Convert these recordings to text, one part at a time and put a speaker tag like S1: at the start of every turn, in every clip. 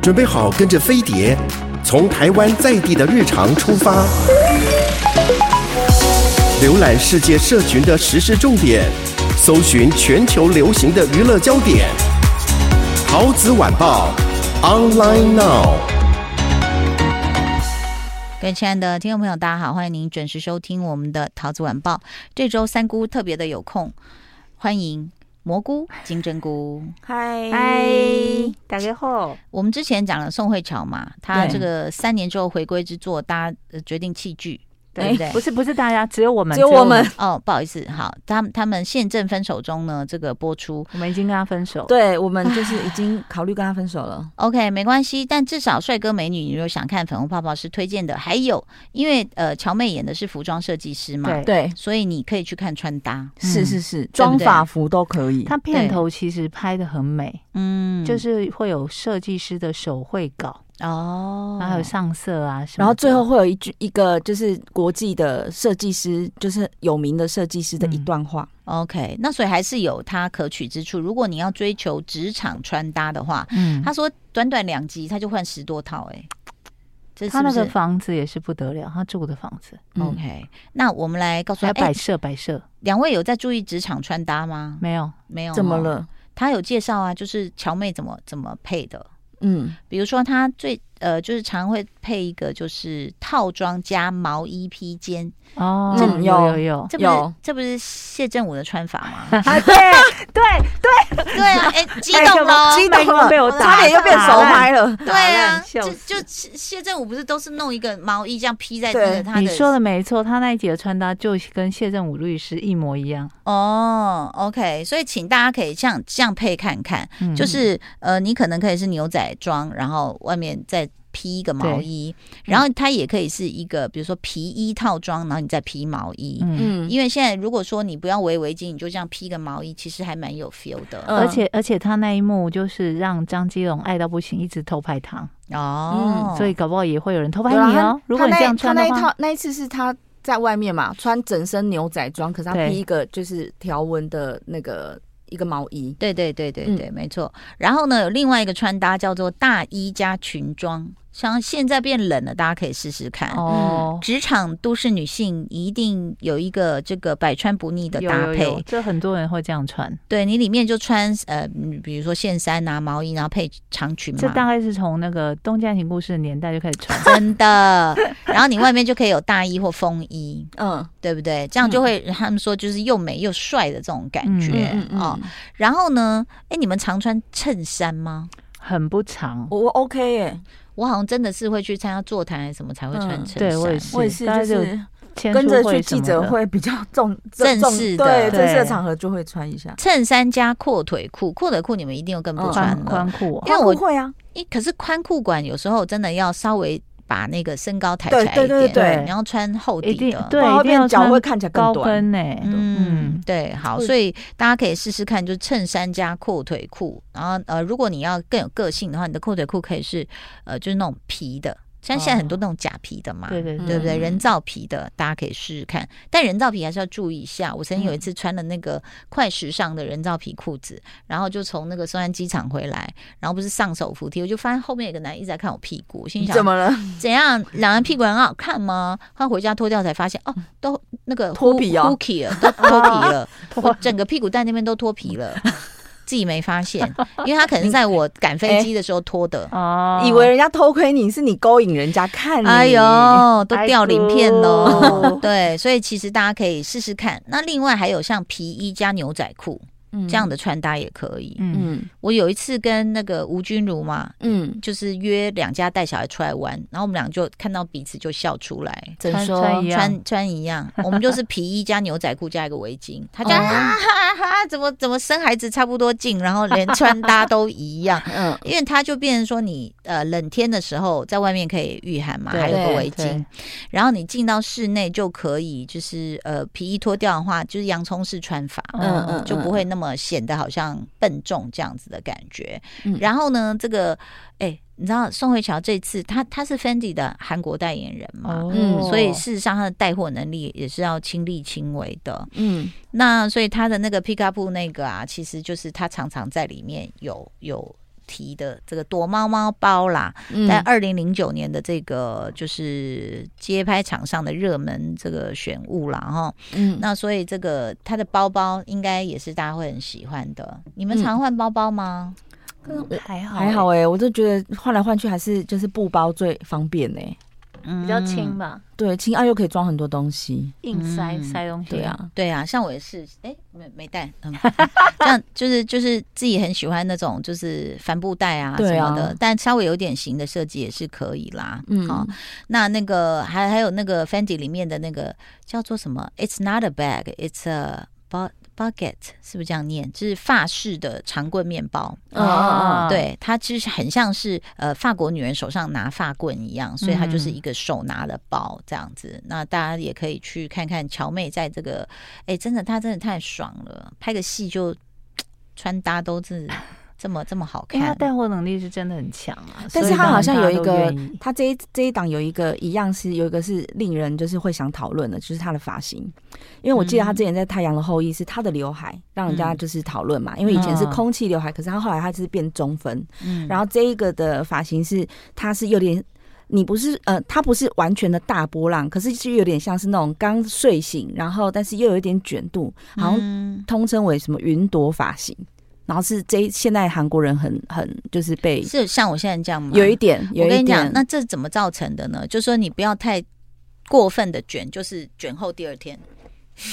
S1: 准备好跟着飞碟，从台湾在地的日常出发，浏览世界社群的时事重点，搜寻全球流行的娱乐焦点。桃子晚报，online now。
S2: 各位亲爱的听众朋友，大家好，欢迎您准时收听我们的《桃子晚报》。这周三姑特别的有空，欢迎蘑菇、金针菇。
S3: 嗨
S4: 嗨，哎大家好，
S2: 我们之前讲了宋慧乔嘛，她
S4: 对
S2: 这个三年之后回归之作，大家呃决定弃剧，对不对？
S4: 不是不是大家，只有我们，
S3: 只有我们，
S2: 哦，不好意思，好，他们他们现正分手中呢，这个播出
S4: 我们已经跟他分手。
S3: 对我们就是已经考虑跟他分手 了。
S2: OK，没关系，但至少帅哥美女，你如果想看粉红泡泡是推荐的。还有，因为呃，乔妹演的是服装设计师嘛，
S4: 对
S3: 对，
S2: 所以你可以去看穿搭。
S3: 是
S4: 嗯
S3: 是是，
S2: 对不
S3: 妆
S2: 对
S3: 发服都可以。
S4: 他片头其实拍的很美，
S2: 嗯，
S4: 就是会有设计师的手绘稿，
S2: 哦，
S4: 然后还有上色啊什么的，
S3: 然后最后会有一句一个就是国际的设计师，就是有名的设计师的一段话。
S2: OK，那所以还是有它可取之处。如果你要追求职场穿搭的话，
S4: 嗯，
S2: 他说短短两集他就换十多套、哎，这
S4: 他
S2: 是不
S4: 那
S2: 是
S4: 个房子也是不得了，他住的房子，
S3: 嗯
S2: OK？那我们来告诉
S4: 还
S2: 他，
S4: 有
S2: 哎、
S4: 摆设摆设
S2: 两位有在注意职场穿搭吗？
S4: 没有，
S2: 没有，哦
S3: 怎么？了？
S2: 他有介绍啊，就是乔妹怎么怎么配的。
S3: 嗯，
S2: 比如说，她最呃，就是常会配一个就是套装加毛衣披肩，
S4: 哦，
S3: 这
S4: 有有有，
S2: 这不是
S3: 有
S2: 这不是谢振武的穿法 吗？
S4: 啊对对，
S2: 对啊，哎、激
S4: 麦克
S2: 动喽！
S4: 风麦克风被我
S2: 我
S4: 打
S3: 差点又变手
S4: 拍。
S3: 拍了。
S2: 对啊，
S4: 打烂笑
S2: 就
S4: 死
S2: 就谢谢振武不是都是弄一个毛衣这样披在那个
S3: 对
S2: 他的？
S4: 你说的没错，他那一集的穿搭就跟谢振武律师一模一样，
S2: 哦，OK，所以请大家可以这样这样配看看，
S4: 嗯
S2: 就是呃，你可能可以是牛仔装，然后外面再披一个毛
S4: 对嗯
S2: 衣，然后它也可以是一个比如说皮衣套装，然后你再披毛衣。
S4: 嗯，
S3: 嗯，
S2: 因为现在如果说你不要围围巾，你就这样披个毛衣，其实还蛮有 feel 的。
S3: 嗯
S4: 而且而且他那一幕就是让张基龙爱到不行，一直偷拍他，
S2: 哦，
S4: 所以搞不好也会有人偷拍
S3: 有啦
S4: 你哦。
S3: 啊他
S4: 如果你
S3: 他那
S4: 这样穿的
S3: 他那一
S4: 话，
S3: 套那一次是他在外面嘛，穿整身牛仔装，可是他
S4: 对
S3: 披一个就是条纹的那个一个毛衣。
S2: 对对对对对，没错。然后呢，有另外一个穿搭叫做大衣加裙装，像现在变冷了，大家可以试试看。
S4: 哦，
S3: 嗯
S2: 职场都市女性一定有一个这个百穿不腻的
S4: 有
S2: 搭
S4: 有
S2: 配，
S4: 有，这很多人会这样穿。
S2: 对你里面就穿呃，嗯比如说线衫啊、毛衣，然后配长裙
S4: 这大
S2: 嘛，。
S4: 概是从那个《东家情故事》的年代就开 始穿
S2: 真的。然后你外面就可以有大衣或风衣，
S3: 嗯，
S2: 对不对？这样就会、他们说就是又美又帅的这种感觉、
S3: 嗯嗯
S2: 哦
S3: 哦。，
S2: 然后呢，哎，你们常穿衬衫吗？
S4: 很不长，
S3: 我我 OK 耶，
S2: 我好像真的是会去参加座谈还是什么才会穿
S3: 嗯
S2: 衬衫。
S4: 对我也是，
S3: 我也是
S4: 大
S3: 就
S4: 概有
S3: 是。
S4: 签
S3: 跟
S4: 书
S3: 着去
S4: 会什
S3: 记
S4: 么
S3: 者
S4: 的，
S3: 会比较重
S2: 正
S3: 重
S2: 式的
S3: 对正式的
S4: 对
S3: 场合就会穿一下。
S2: 衬衫加阔腿裤，阔腿裤你们一定又更不
S3: 嗯
S2: 穿
S4: 宽
S2: 了。
S4: 宽裤哦，
S2: 因为我
S3: 不会啊，
S2: 诶，可是宽裤管有时候真的要稍微把那个身高抬起
S3: 对
S2: 来一点，
S3: 对对
S4: 对
S2: 你要穿厚
S4: 一
S2: 底
S4: 定
S2: 的。
S4: 对
S3: 不然，
S4: 一
S3: 会
S4: 定要
S3: 变脚
S4: 穿
S3: 会看起来更
S4: 高
S3: 短。
S4: 跟呢。
S2: 嗯
S4: 嗯，
S2: 对，好，
S3: 会
S2: 所以大家可以试试看，就是衬衫加阔腿裤，然后呃，如果你要更有个性的话，你的阔腿裤可以是呃，就是那种皮的，像现在很多那种假皮的嘛，
S4: 对对
S2: 对
S4: 对，
S2: 不对？
S3: 嗯
S2: 人造皮的，大家可以试试看，但人造皮还是要注意一下。我曾经有一次穿了那个快时尚的人造皮裤子，然后就从那个松山机场回来，然后不是上手扶梯，我就发现后面有个男人一直在看我屁股，我心
S3: 你
S2: 想
S3: 怎么了？
S2: 怎样？两人屁股很好看吗？他回家脱掉才发现，哦，都那个
S3: 脱皮啊
S2: 脱皮了，都脱皮了，我整个屁股蛋那边都脱皮了，自己没发现，因为他可能在我赶飞机的时候脱的。
S4: 哦，
S3: 以为人家偷窥你，是你勾引人家看你。
S2: 哎呦，都掉鳞片
S4: 哎
S2: 喽
S4: 呦！
S2: 对，所以其实大家可以试试看。那另外还有像皮衣加牛仔裤
S3: 嗯，
S2: 这样的穿搭也可以。
S4: 嗯，
S3: 嗯
S2: 我有一次跟那个吴君如嘛，
S3: 嗯，
S2: 就是约两家带小孩出来玩，然后我们俩就看到彼此就笑出来。
S3: 怎
S4: 穿
S3: 说？
S4: 穿一样，
S2: 穿穿一样，我们就是皮衣加牛仔裤加一个围巾。他就
S3: 哦。
S2: 啊哈哈哈，怎么怎么生孩子差不多近，然后连穿搭都一样
S3: 嗯
S2: 因为他就变成说你呃冷天的时候在外面可以御寒嘛，
S4: 对
S2: 还有个
S3: 对
S2: 围巾
S4: 对，
S2: 然后你进到室内就可以就是呃皮衣脱掉的话，就是洋葱式穿法。
S3: 嗯嗯，
S2: 就不会那么显得好像笨重这样子的感觉。
S3: 嗯
S2: 然后呢，这个哎、你知道宋慧乔这次她她是 Fendi 的韩国代言人嘛？
S4: 哦
S3: 嗯
S2: 所以事实上，她的带货能力也是要亲力亲为的。
S3: 嗯
S2: 那所以她的那个 pick up 那个啊，其实就是她常常在里面有有提的这个躲猫猫包啦，
S3: 嗯
S2: 在二零零九年的这个就是街拍场上的热门这个选物啦哈。
S3: 嗯
S2: 那所以这个它的包包应该也是大家会很喜欢的。你们常换包包吗？
S4: 还好
S3: 还好哎、我就觉得换来换去还是就是布包最方便呢、
S2: 嗯
S4: 比较轻。吧，
S3: 对，轻啊又可以装很多东西。
S4: 硬塞
S2: 嗯
S4: 塞东西。
S3: 对，啊，
S2: 对啊，像我也是，哎，没没 带，嗯，这样就是就是自己很喜欢那种就是帆布袋啊
S3: 对
S2: 什
S3: 啊
S2: 么的，但稍微有点型的设计也是可以啦。
S3: 嗯，
S2: 好、那那个还还有那个 Fendi 里面的那个叫做什么？It's not a bag, it's a bu- bucket，是不是这样念？就是法式的长棍面包。
S3: 嗯
S4: 啊
S3: 嗯嗯
S2: 对，它其实很像是呃法国女人手上拿发棍一样，所以它
S3: 嗯
S2: 就是一个手拿的包这样子。那大家也可以去看看乔妹在这个，哎，真的她真的太爽了，拍个戏就穿搭都是这么这么好
S4: 因为他
S2: 看。
S4: 带货能力是真的很强啊，
S3: 但是
S4: 所以
S3: 他好像有一
S4: 大
S3: 个
S4: 家都愿意，
S3: 他这一这一档有一个一样是有一个是令人就是会想讨论的，就是他的发型，因为我记得他之前在《太阳的后裔》是他的刘海，让人家
S2: 嗯
S3: 就是讨论嘛，因为以前是空气刘海，可是他后来他是变中分，
S2: 嗯
S3: 然后这一个的发型是它是有点。你不是呃，它不是完全的大波浪，可是是有点像是那种刚睡醒，然后但是又有一点卷度，好像
S2: 嗯
S3: 通称为什么云朵发型，然后是这一现在韩国人很很就是被
S2: 是像我现在这样吗？
S3: 有一点，有
S2: 我
S3: 一
S2: 跟你讲，
S3: 点
S2: 那这怎么造成的呢？就是说你不要太过分的卷，就是卷后第二天，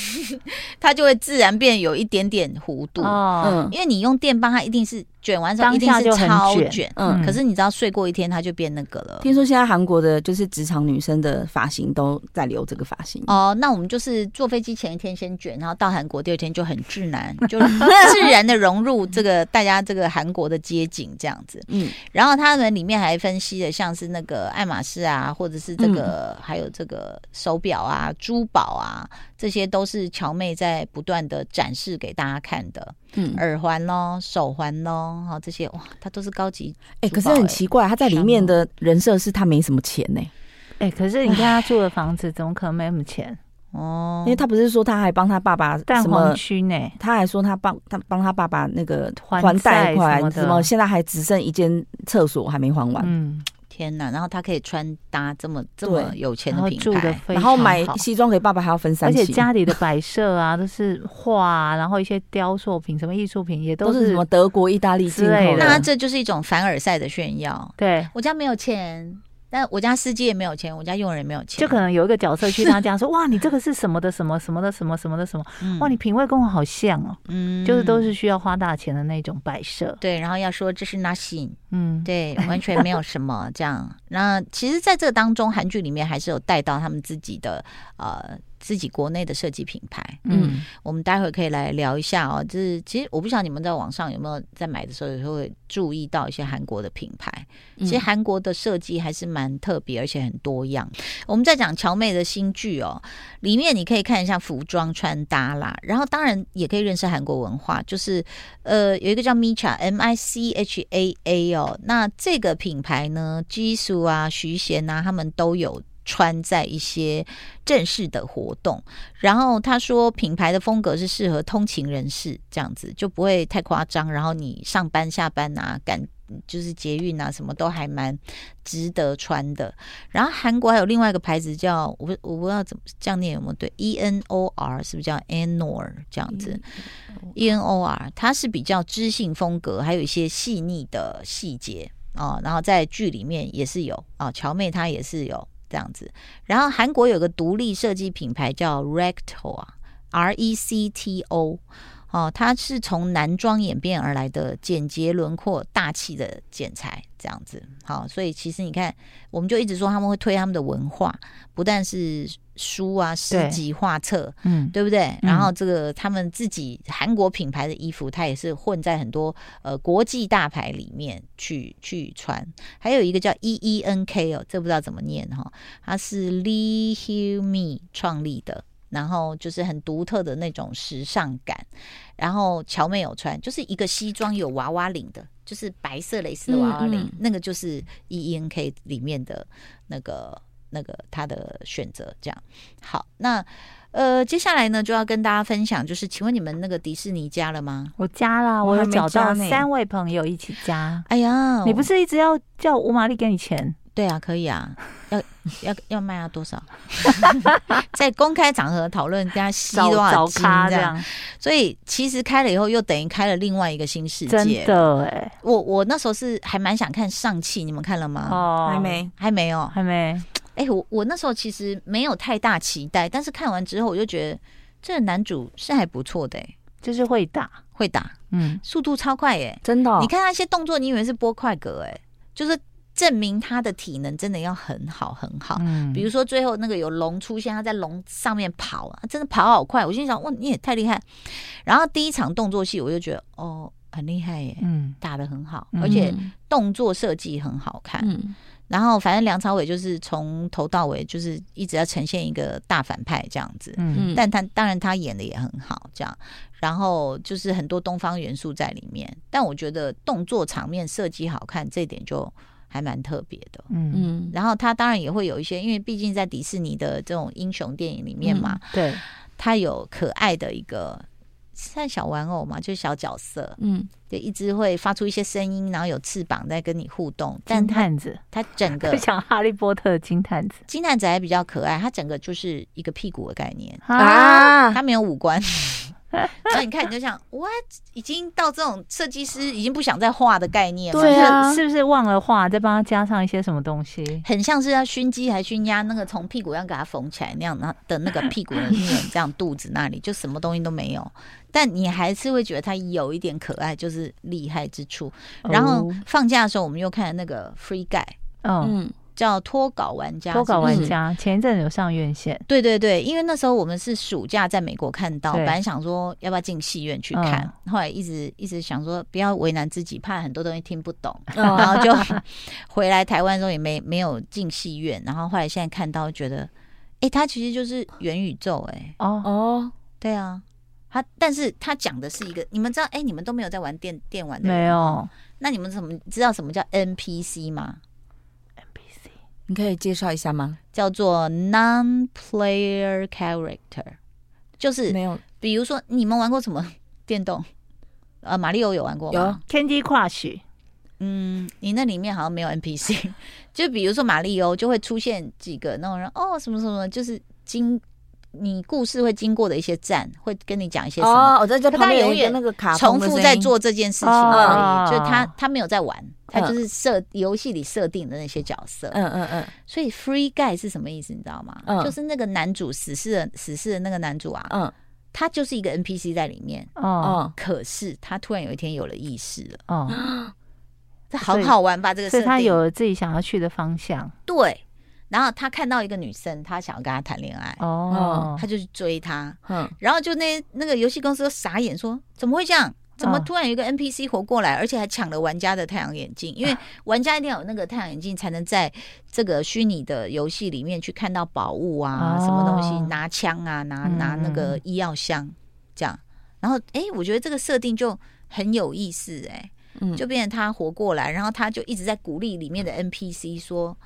S2: 它就会自然变有一点点弧度。
S4: 哦，
S3: 嗯
S2: 因为你用电棒，它一定是卷完之后一
S4: 当
S2: 定
S4: 下
S2: 是
S4: 就很
S2: 超
S4: 卷
S3: 嗯
S2: 可是你知道睡过一天，它就变那个了。
S4: 嗯
S3: 听说现在韩国的就是职场女生的发型都在留这个发型，
S2: 哦，那我们就是坐飞机前一天先卷，然后到韩国第二天就很自然， 就自然的融入这个大家这个韩国的街景这样子。
S3: 嗯，
S2: 然后他们里面还分析了像是那个爱马仕啊，或者是这个、
S4: 嗯
S2: 还有这个手表啊、珠宝啊，这些都是乔妹在不断的展示给大家看的。
S3: 嗯
S2: 耳环咯、手环咯，哈、这些哇，它都是高级。
S3: 哎、可是很啊嗯奇怪，她在里面的人设是她没什么钱呢、
S4: 哎，可是你看他住的房子，怎么可能没什么钱？
S2: 哦，
S3: 因为她不是说她还帮她爸爸
S4: 蛋
S3: 什
S4: 黄
S3: 么。
S4: 区呢？
S3: 她还说她帮她帮她爸爸那个
S4: 还
S3: 还贷
S4: 债什
S3: 款
S4: 么的
S3: 什么，现在还只剩一间厕所还没还完，
S4: 嗯，
S2: 天哪！然后她可以穿搭这么这么有钱
S4: 然
S2: 的
S4: 后
S2: 品
S4: 住的
S2: 牌，
S4: 非
S3: 然后
S4: 常
S3: 买
S4: 好
S3: 西装给爸爸还要分
S4: 而
S3: 三
S4: 且
S3: 期，
S4: 家里的摆设啊，都是画啊，然后一些雕塑品、什么艺术品也
S3: 都
S4: 都
S3: 是什么德国、意大利进口
S4: 之类的
S2: 那
S3: 的，
S2: 这就是一种凡尔赛的炫耀。
S4: 对，
S2: 我家没有钱，但我家司机也没有钱，我家佣人也没有钱，
S4: 就可能有一个角色去他家说：“哇，你这个是什么的什么什么的什么什么的什么？
S2: 嗯
S4: 哇，你品味跟我好像哦。”
S2: 嗯
S4: 就是都是需要花大钱的那种摆设。
S2: 对，然后要说这是 nothing。
S4: 嗯，
S2: 对，完全没有什么这样。那其实，在这个当中，韩剧里面还是有带到他们自己的呃自己国内的设计品牌。
S4: 嗯，
S2: 我们待会可以来聊一下哦。就是其实我不晓得你们在网上有没有在买的时候，有时候会注意到一些韩国的品牌。其实韩国的设计还是蛮特别，而且很多样。我们在讲乔妹的新剧哦，里面你可以看一下服装穿搭啦，然后当然也可以认识韩国文化，就是呃有一个叫 Micha M I C H A A 哦，那这个品牌呢，基素啊、徐贤啊，他们都有。穿在一些正式的活动，然后他说品牌的风格是适合通勤人士这样子，就不会太夸张。然后你上班下班啊，赶就是捷运啊，什么都还蛮值得穿的。然后韩国还有另外一个牌子叫我不我不知道怎么这样念有没有对，E N O R 是不是叫 Anor 这样子？E N O R 它是比较知性风格，还有一些细腻的细节哦。然后在剧里面也是有啊、哦，乔妹她也是有这样子。然后韩国有个独立设计品牌叫 Recto 啊，R E C T O。哦，它是从男装演变而来的简洁轮廓、大气的剪裁，这样子。好，所以其实你看，我们就一直说他们会推他们的文化，不但是书啊、诗
S4: 对
S2: 集、画册，
S4: 嗯，
S2: 对不对？
S4: 嗯
S2: 然后这个他们自己韩国品牌的衣服，它也是混在很多呃国际大牌里面去去穿。还有一个叫 E E N K 哦，这不知道怎么念哈、它是 Lee Hume 创立的，然后就是很独特的那种时尚感。然后乔妹有穿，就是一个西装有娃娃领的，就是白色蕾丝的娃娃领，
S3: 嗯嗯
S2: 那个就是 E E N K 里面的那个那个他的选择。这样好，那呃，接下来呢就要跟大家分享，就是请问你们那个迪士尼加了吗？
S4: 我加啦，
S3: 我
S4: 我有
S3: 还没
S4: 找
S3: 加
S4: 到
S3: 呢
S4: 三位朋友一起加。
S2: 哎呀，
S4: 你不是一直要叫吴玛丽给你钱？
S2: 对啊，可以 啊，要要要卖啊多少？ 在公开场合讨论，跟他吸
S4: 找
S2: 多少
S4: 找
S2: 金
S4: 咖
S2: 这
S4: 这
S2: 样。
S4: 样，
S2: 所以其实开了以后，又等于开了另外一个新世
S4: 真
S2: 界。
S4: 的哎、
S2: 我我那时候是还蛮想看上汽，你们看了吗？
S4: 哦，
S3: 还，没
S2: 还没有。
S4: 还没，
S2: 哎、我我那时候其实没有太大期待，但是看完之后我就觉得这个男主是还不错的、哎
S4: 就是会打，
S2: 会打，
S4: 嗯，
S2: 速度超快耶、
S3: 真的哦、
S2: 你看他一些动作，你以为是波快格哎、就是证明他的体能真的要很好很好。
S4: 嗯
S2: 比如说最后那个有龙出现，他在龙上面跑啊，真的跑好快，我心想哇你也太厉害。然后第一场动作戏我就觉得哦很厉害耶、
S4: 嗯，
S2: 打得很好，
S4: 嗯
S2: 而且动作设计很好看。
S3: 嗯，
S2: 然后反正梁朝伟就是从头到尾就是一直要呈现一个大反派这样子，
S4: 嗯
S3: 嗯
S2: 但他当然他演的也很好，这样，然后就是很多东方元素在里面，但我觉得动作场面设计好看这一点就还蛮特别的。
S4: 嗯嗯，
S3: 嗯，
S2: 然后他当然也会有一些，因为毕竟在迪士尼的这种英雄电影里面
S3: 嗯
S2: 嘛，
S4: 对，
S2: 他有可爱的一个算小玩偶嘛，就是小角色，
S3: 嗯，
S2: 就一直会发出一些声音，然后有翅膀在跟你互动，但
S4: 金
S3: 嗯
S2: 他
S4: 探子，
S2: 他整个
S4: 就像哈利波特的金探子
S2: 金蛋仔还比较可爱，它整个就是一个屁股的概念，
S4: 啊，
S3: 啊，
S2: 它没有五 官。所以你看，你就想，我已经到这种设计师已经不想再画的概念了，
S3: 对啊
S4: 是不是忘了画，再帮他加上一些什么东西？
S2: 很像是要熏鸡还熏鸭，那个从屁股要给它缝起来那样，那的那个屁股的面，这样肚子那里就什么东西都没 有，但你还是会觉得它有一点可爱，就是厉害之处。然后
S4: 哦
S2: 放假的时候，我们又看了那个 Free Guy，
S4: 嗯，
S3: 嗯，
S2: 叫脱稿玩家，
S4: 脱稿
S2: 是不是
S4: 玩家前一阵有上院线，
S2: 对对对，因为那时候我们是暑假在美国看到，
S4: 对嗯
S2: 本来想说要不要进戏院去看，后来一直一直想说不要为难自己，怕很多东西听不 懂，然后就回来台湾的时候也没没有进戏院，然后后来现在看到觉得，哎，它其实就是元宇宙、哎，
S4: 哦，
S3: 哦，
S2: 对啊。他，但是他讲的是一个，你们知道，哎、你们都没有在玩电电玩的人，
S4: 没有。
S2: 那你们怎么知道什么叫 NPC 吗？
S4: NPC
S3: 你可以介绍一下吗？
S2: 叫做 non-player character，就是
S3: 没有，
S2: 比如说，你们玩过什么 电动？呃，马里奥有玩过吗？
S4: Candy Crush，
S2: 嗯，你那里面好像没有 NPC，就 比如说马里奥就会出现几个那种人，哦，什么什么，就是经你故事会经过的一些站，会跟你讲一些什么，
S3: 哦，我在这
S2: 可
S3: 旁边
S2: 它永
S3: 有一个
S2: 远
S3: 那个卡通
S2: 重
S3: 的
S2: 复
S3: 声
S2: 在
S3: 音，
S2: 做这件事情而已，
S4: 哦
S2: 就是他他没有在玩，他
S3: 嗯
S2: 就是设游戏里设定的那些角色。
S3: 嗯嗯嗯
S2: 所以 Free Guy 是什么意思？你知道吗？
S3: 嗯
S2: 就是那个男主死侍的死侍的那个男主啊，
S3: 嗯
S2: 他就是一个 NPC 在里面，
S4: 哦
S3: 嗯，
S2: 可是他突然有一天有了意识了，
S4: 哦，
S2: 这好好玩吧？这个
S4: 所
S2: 设
S4: 以他
S2: 定
S4: 有了自己想要去的方向
S2: 对，然后他看到一个女生，他想要跟她谈恋爱，
S4: 哦，
S2: 他就去追她，
S3: 嗯，
S2: 然后就那那个游戏公司都傻眼说，怎么会这样？怎么
S4: 嗯
S2: 突然有一个 NPC 活过来，而且还抢了玩家的太阳眼镜？因为
S4: 啊
S2: 玩家一定要有那个太阳眼镜，才能在这个虚拟的游戏里面去看到宝物啊，
S4: 哦
S2: 什么东西，拿枪啊，拿拿那个
S4: 嗯
S2: 医药箱这样。然后，哎，我觉得这个设定就很有意思、哎，
S3: 嗯
S2: 就变成他活过来，然后他就一直在鼓励里面的 NPC 说：“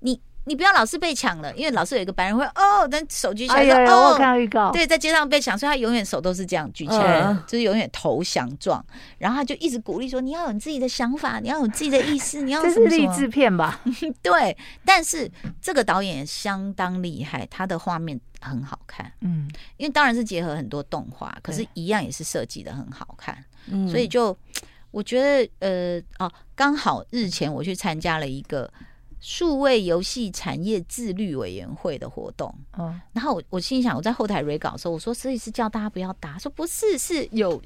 S2: 你你不要老是被抢了，因为老是有一个白人会哦，但手举起来
S4: 哎
S2: 说、
S4: 呀，我有看
S2: 哦，
S4: 到预告，
S2: 对，在街上被抢，所以他永远手都是这样举起来的，
S3: 嗯
S2: 就是永远投降状。然后他就一直鼓励说：你要有你自己的想法，你要有自己的意识，你要
S4: 这
S2: 什
S4: 是
S2: 么什
S4: 励
S2: 么
S4: 志片吧？
S2: 对。但是这个导演也相当厉害，他的画面很好看，
S4: 嗯，
S2: 因为当然是结合很多动画，可是
S4: 对
S2: 一样也是设计的很好看。
S3: 嗯
S2: 所以就我觉得呃哦，刚好日前我去参加了一个数位游戏产业自律委员会的活动，
S4: 哦，
S2: 然后我我心想我在后台 re 稿的时候，我说所以是叫大家不要打，说不是是有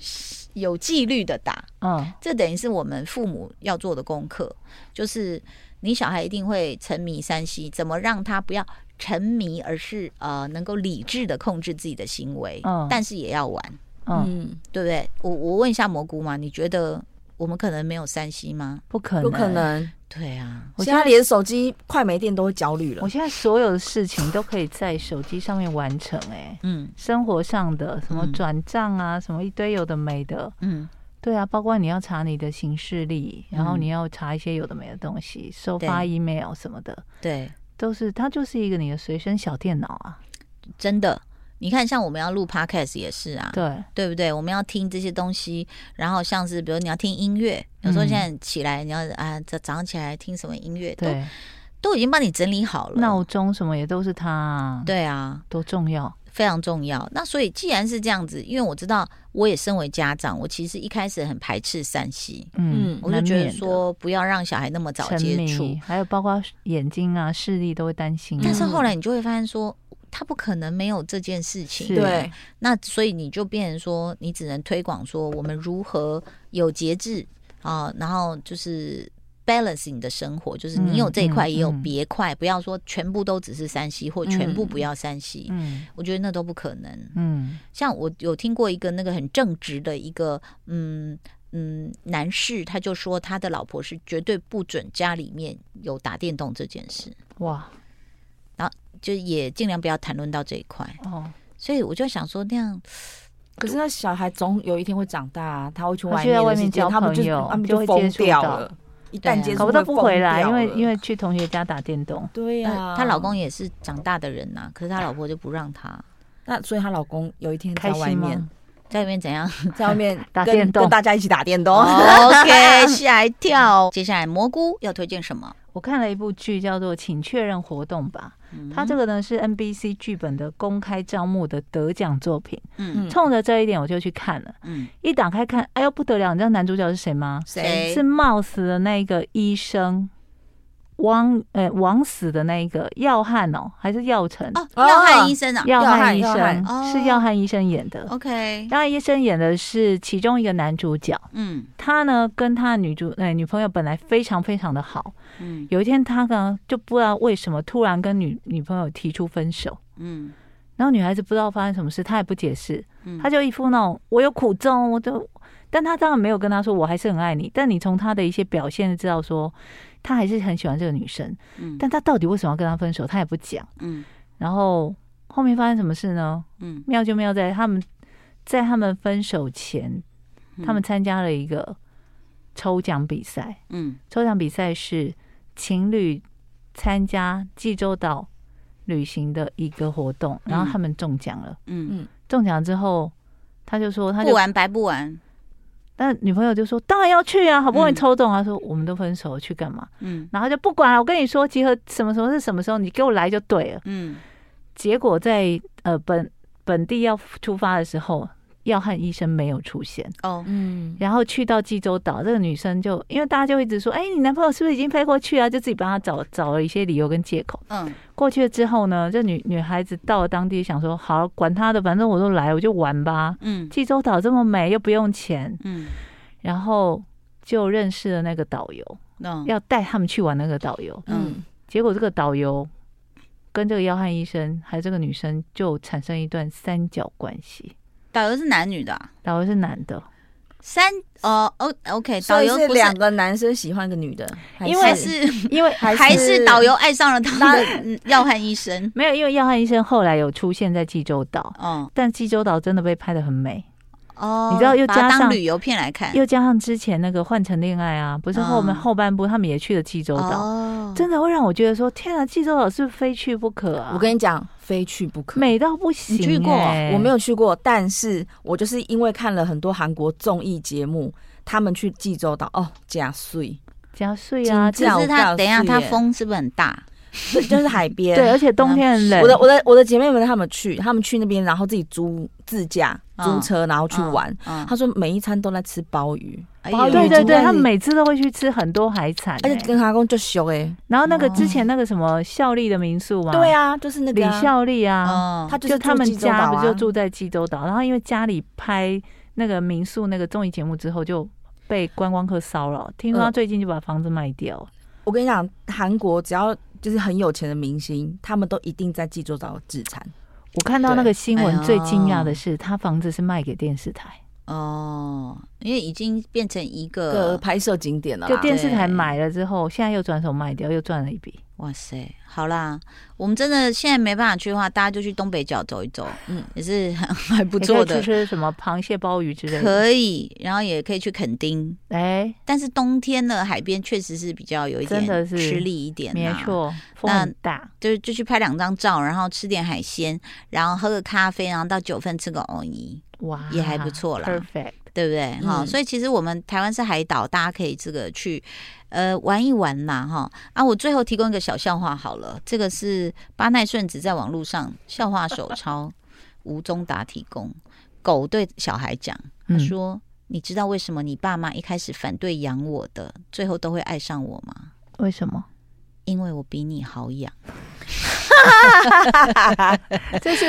S2: 有纪律的打，
S4: 嗯，
S2: 这等于是我们父母要做的功课，就是你小孩一定会沉迷山西，怎么让他不要沉迷，而是呃能够理智的控制自己的行为，
S4: 嗯
S2: 但是也要玩。
S4: 嗯，
S3: 嗯，
S2: 对不对？我我问一下蘑菇嘛，你觉得我们可能没有山西吗？
S4: 不可能，
S3: 不可。能，
S2: 对啊，
S3: 嗯我现在连手机快没电都会焦虑了
S4: 我。现在所有的事情都可以在手机上面完成、哎，
S2: 嗯
S4: 生活上的什么
S2: 嗯
S4: 转账啊，什么一堆有的没的，
S2: 嗯，
S4: 对啊，包括你要查你的行事历，然后
S2: 嗯
S4: 你要查一些有的没的东西，收
S2: 对
S4: 发 email 什么的，
S2: 对，
S4: 都是它就是一个你的随身小电脑啊。
S2: 真的。你看，像我们要录 podcast 也是啊，
S4: 对，
S2: 对不对？我们要听这些东西，然后像是比如你要听音乐，有时候
S4: 嗯
S2: 现在起来你要啊，早早上起来听什么音乐，都
S4: 对，
S2: 都已经帮你整理好了。
S4: 闹钟什么也都是它、啊，，
S2: 对啊，
S4: 多重要。
S2: 非常重要。那所以既然是这样子，因为我知道我也身为家长，我其实一开始很排斥散息，
S4: 嗯
S3: 嗯，
S2: 我就
S4: 难
S2: 觉得
S4: 免的
S2: 说不要让小孩那么早
S4: 沉
S2: 接
S4: 迷，
S2: 触。
S4: 还有包括眼睛啊、视力都会担心、啊。
S2: 但是后来你就会发现说，他不可能没有这件事情。
S4: 是
S3: 对，
S2: 那所以你就变成说，你只能推广说我们如何有节制啊、然后就是。balance 你的生活，就是你有这一块，
S4: 嗯嗯
S2: 也有
S4: 嗯
S2: 别块，不要说全部都只是山西，或全部不要山西。
S4: 嗯
S2: 我觉得那都不可能。
S4: 嗯
S2: 像我有听过一个那个很正直的一个，嗯嗯，男士，他就说他的老婆是绝对不准家里面有打电动这件事，
S4: 哇
S2: 就也尽量不要谈论到这一块。
S4: 哦，
S2: 所以我就想说，那样
S3: 可是那小孩总有一天会长大、啊，他会去外
S4: 他就
S3: 面
S4: 在
S3: 的
S4: 外
S3: 世
S4: 面
S3: 界
S4: 交
S3: 他们就
S4: 朋友
S3: 他们
S4: 就
S3: 就
S4: 会
S3: 疯
S4: 接触
S3: 掉
S4: 到
S3: 了，一
S2: 对
S3: 旦
S2: 啊
S3: 接
S4: 搞
S3: 触
S4: 不到不
S3: 会
S4: 回来，因
S3: 疯掉
S4: 为
S3: 了
S4: 因为去同学家打电动，
S3: 对啊呀、
S2: 呃她、老公也是长大的人呐、可是她老婆就不让她
S3: 那所以她老公有一天在
S4: 开
S3: 外
S4: 心
S3: 面
S4: 吗？
S2: 在外面怎样 哦
S3: 在外面
S4: 打
S3: 跟
S4: 电动哦
S3: 跟大家一起打电动。
S2: ？OK，吓一跳。接下来蘑菇要推荐什么？
S4: 我看了一部剧叫做《请确认活动吧》，它这
S2: 个
S4: 个呢是 NBC 剧本的公开招募的得奖作品。
S2: 嗯
S3: 嗯
S4: 冲着这一点，我就去看了。
S2: 嗯
S4: 一打开看，哎呦不得了！你知道男主角是谁吗？
S2: 谁
S4: 是冒死的那一个医生，枉呃枉死的那一个耀汉哦，还是耀成？
S2: 哦，
S3: 哦
S2: 要汉医生啊
S4: 耀
S3: 汉
S4: 汉医
S3: 耀
S4: 生
S2: 汉
S4: 是
S2: 哦
S4: 耀汉医生演的。
S2: ，OK，
S4: 耀汉医生演的是其中一个男主角，
S2: 嗯
S4: 他呢跟他的女主呃女朋友本来非常非常的好，
S2: 嗯
S4: 有一天他呢就不知道为什么突然跟女女朋友提出分手，
S2: 嗯
S4: 然后女孩子不知道发生什么事，她也不解释，
S2: 嗯，
S4: 他就一副那种我有苦衷，我都，但他当然没有跟他说我还是很爱你，但你从他的一些表现知道说他还是很喜欢这个女生，
S2: 嗯
S4: 但他到底为什么要跟他分手，他也不讲。
S2: 嗯
S4: 然后后面发生什么事呢？
S2: 嗯，
S4: 妙就妙在他们在他们分手前，
S2: 嗯
S4: 他们参加了一个抽奖比赛，
S2: 嗯
S4: 抽奖比赛是情侣参加济州岛旅行的一个活动，然后他们中奖了。
S2: 嗯，
S4: 中奖之后，他就说他
S2: 不
S4: 就
S2: 玩白不玩，
S4: 但女朋友就说：“当然要去啊，好不容易
S2: 嗯
S4: 抽中。他说：“我们都分手了，去干嘛
S2: 嗯？”
S4: 然后就不管了。我跟你说，集合什么时候是什么时候，你给我来就对了。
S2: 嗯
S4: 结果在呃本本地要出发的时候，要汉医生没有出现。
S2: 哦，
S3: 嗯，
S4: 然后去到济州岛，这个女生就因为大家就一直说：“哎、你男朋友是不是已经飞过去啊？”就自己帮他找找了一些理由跟借口。
S2: 嗯
S4: 过去了之后呢，这女女孩子到了当地，想说：“好，管他的，反正我都来，我就玩吧。
S2: 嗯
S4: 济州岛这么美，又不用钱。”
S2: 嗯，
S4: 然后就认识了那个导游，
S2: 那
S4: 要带他们去玩那个导游。
S2: 嗯
S3: 嗯，
S4: 结果这个导游跟这个要汉医生还有这个女生就产生一段三角关系。
S2: 导游是男女的啊，
S4: 导游是男的，
S2: 三哦哦，OK，导
S3: 所以
S2: 游
S3: 是
S2: 不
S3: 两个男生喜欢一个女的，还
S2: 因为是
S4: 因为
S3: 还
S2: 还是导游爱上了他的嗯要汉医生。
S4: 没有，因为要汉医生后来有出现在济州岛，
S2: 哦
S4: 但济州岛真的被拍的很美，
S2: 哦，
S4: 你知道又
S2: 把它
S4: 加上
S2: 当旅游片来看，
S4: 又加上之前那个《换乘恋爱》啊，不是后
S2: 嗯
S4: 面后半部他们也去了济州岛，
S3: 嗯
S2: 哦，
S4: 真的会让我觉得说，天啊，济州岛是不是非去不可啊！
S3: 我跟你讲，非去不可。
S4: 美到不行、欸，
S2: 你去过
S3: 我没
S4: 有，
S3: 有去过，但是我就是因为看了很多韩国综艺节目，他们去济州岛哦，假 碎，
S4: 加税啊，
S3: 真
S2: 只
S3: 的
S2: 是他
S3: 我告诉
S2: 等一下
S3: 你
S2: 他风是不是很大？
S3: 对就是海边。
S4: 对，而且冬天很冷。
S3: 啊我的我的我的姐妹们她们去，她们去那边，然后自己租自驾
S2: 嗯
S3: 租车，然后去玩。
S2: 嗯，
S3: 她说每一餐都在吃鲍鱼，
S2: 哎
S3: 包
S2: 呦
S4: 对对
S3: 已经在
S4: 对，他每次都会去吃很多海产、
S3: 而
S4: 欸，
S3: 且跟她公就凶哎。
S4: 然后那个
S2: 哦
S4: 之前那个什么效力的民宿嘛，
S3: 对，啊，就是那个
S4: 李
S3: 啊
S4: 效力啊，
S2: 哦，
S3: 她就是
S4: 就他们
S3: 住济州岛
S4: 家
S3: 啊
S4: 不就住在济州岛，然后因为家里拍那个民宿那个综艺节目之后就。被观光客骚扰，听说他
S3: 嗯
S4: 最近就把房子卖掉。
S3: 我跟你讲，韩国只要就是很有钱的明星，他们都一定在济州岛自产。
S4: 我看到那个新
S2: 哎
S4: 闻
S2: 呀，
S4: 最惊讶的是，他房子是卖给电视台，
S2: 哦，因为已经变成一
S3: 个
S2: 个
S3: 呃拍摄景点了啦，
S4: 就电视台买了之后，现在又转手卖掉，又赚了一笔。
S2: 哇塞，好啦，我们真的现在没办法去的话，大家就去东北角走一走，嗯
S3: 嗯，
S2: 也是 还不
S4: 不
S2: 错的
S4: 吃，吃什么螃蟹、鲍鱼之类的。
S2: 可以。然后也可以去垦丁，
S4: 哎，
S2: 但是冬天呢，海边确实是比较有一点
S4: 真的是
S2: 吃力一点、啊，
S4: 没错，风
S2: 那
S4: 很大，
S2: 就就去拍两张照，然后吃点海鲜，然后喝个咖啡，然后到九份吃个藕泥，
S4: 哇，
S2: 也还不错啦
S4: Perfect，
S2: 对不对？哈、
S3: 嗯
S2: 所以其实我们台湾是海岛，大家可以这个去呃玩一玩啦，哈。啊，我最后提供一个小笑话好了，这个是巴奈顺子在网络上笑话手抄吴宗达提供，狗对小孩讲，他
S4: 嗯
S2: 说。你知道为什么你爸妈一开始反对养我的，最后都会爱上我吗？
S4: 为什么？
S2: 因为我比你好养。
S4: 这是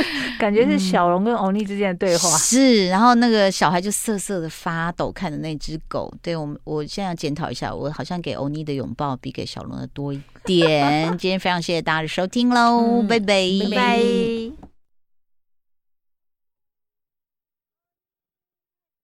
S2: 嗯
S4: 感觉是小龙跟欧尼之间的对话。
S2: 是，然后那个小孩就瑟瑟的发抖，看着那只狗。对我们，我现在要检讨一下，我好像给欧尼的拥抱比给小龙的多一点。今天非常谢谢大家的收听喽，
S3: 嗯
S2: 拜拜，
S3: 拜拜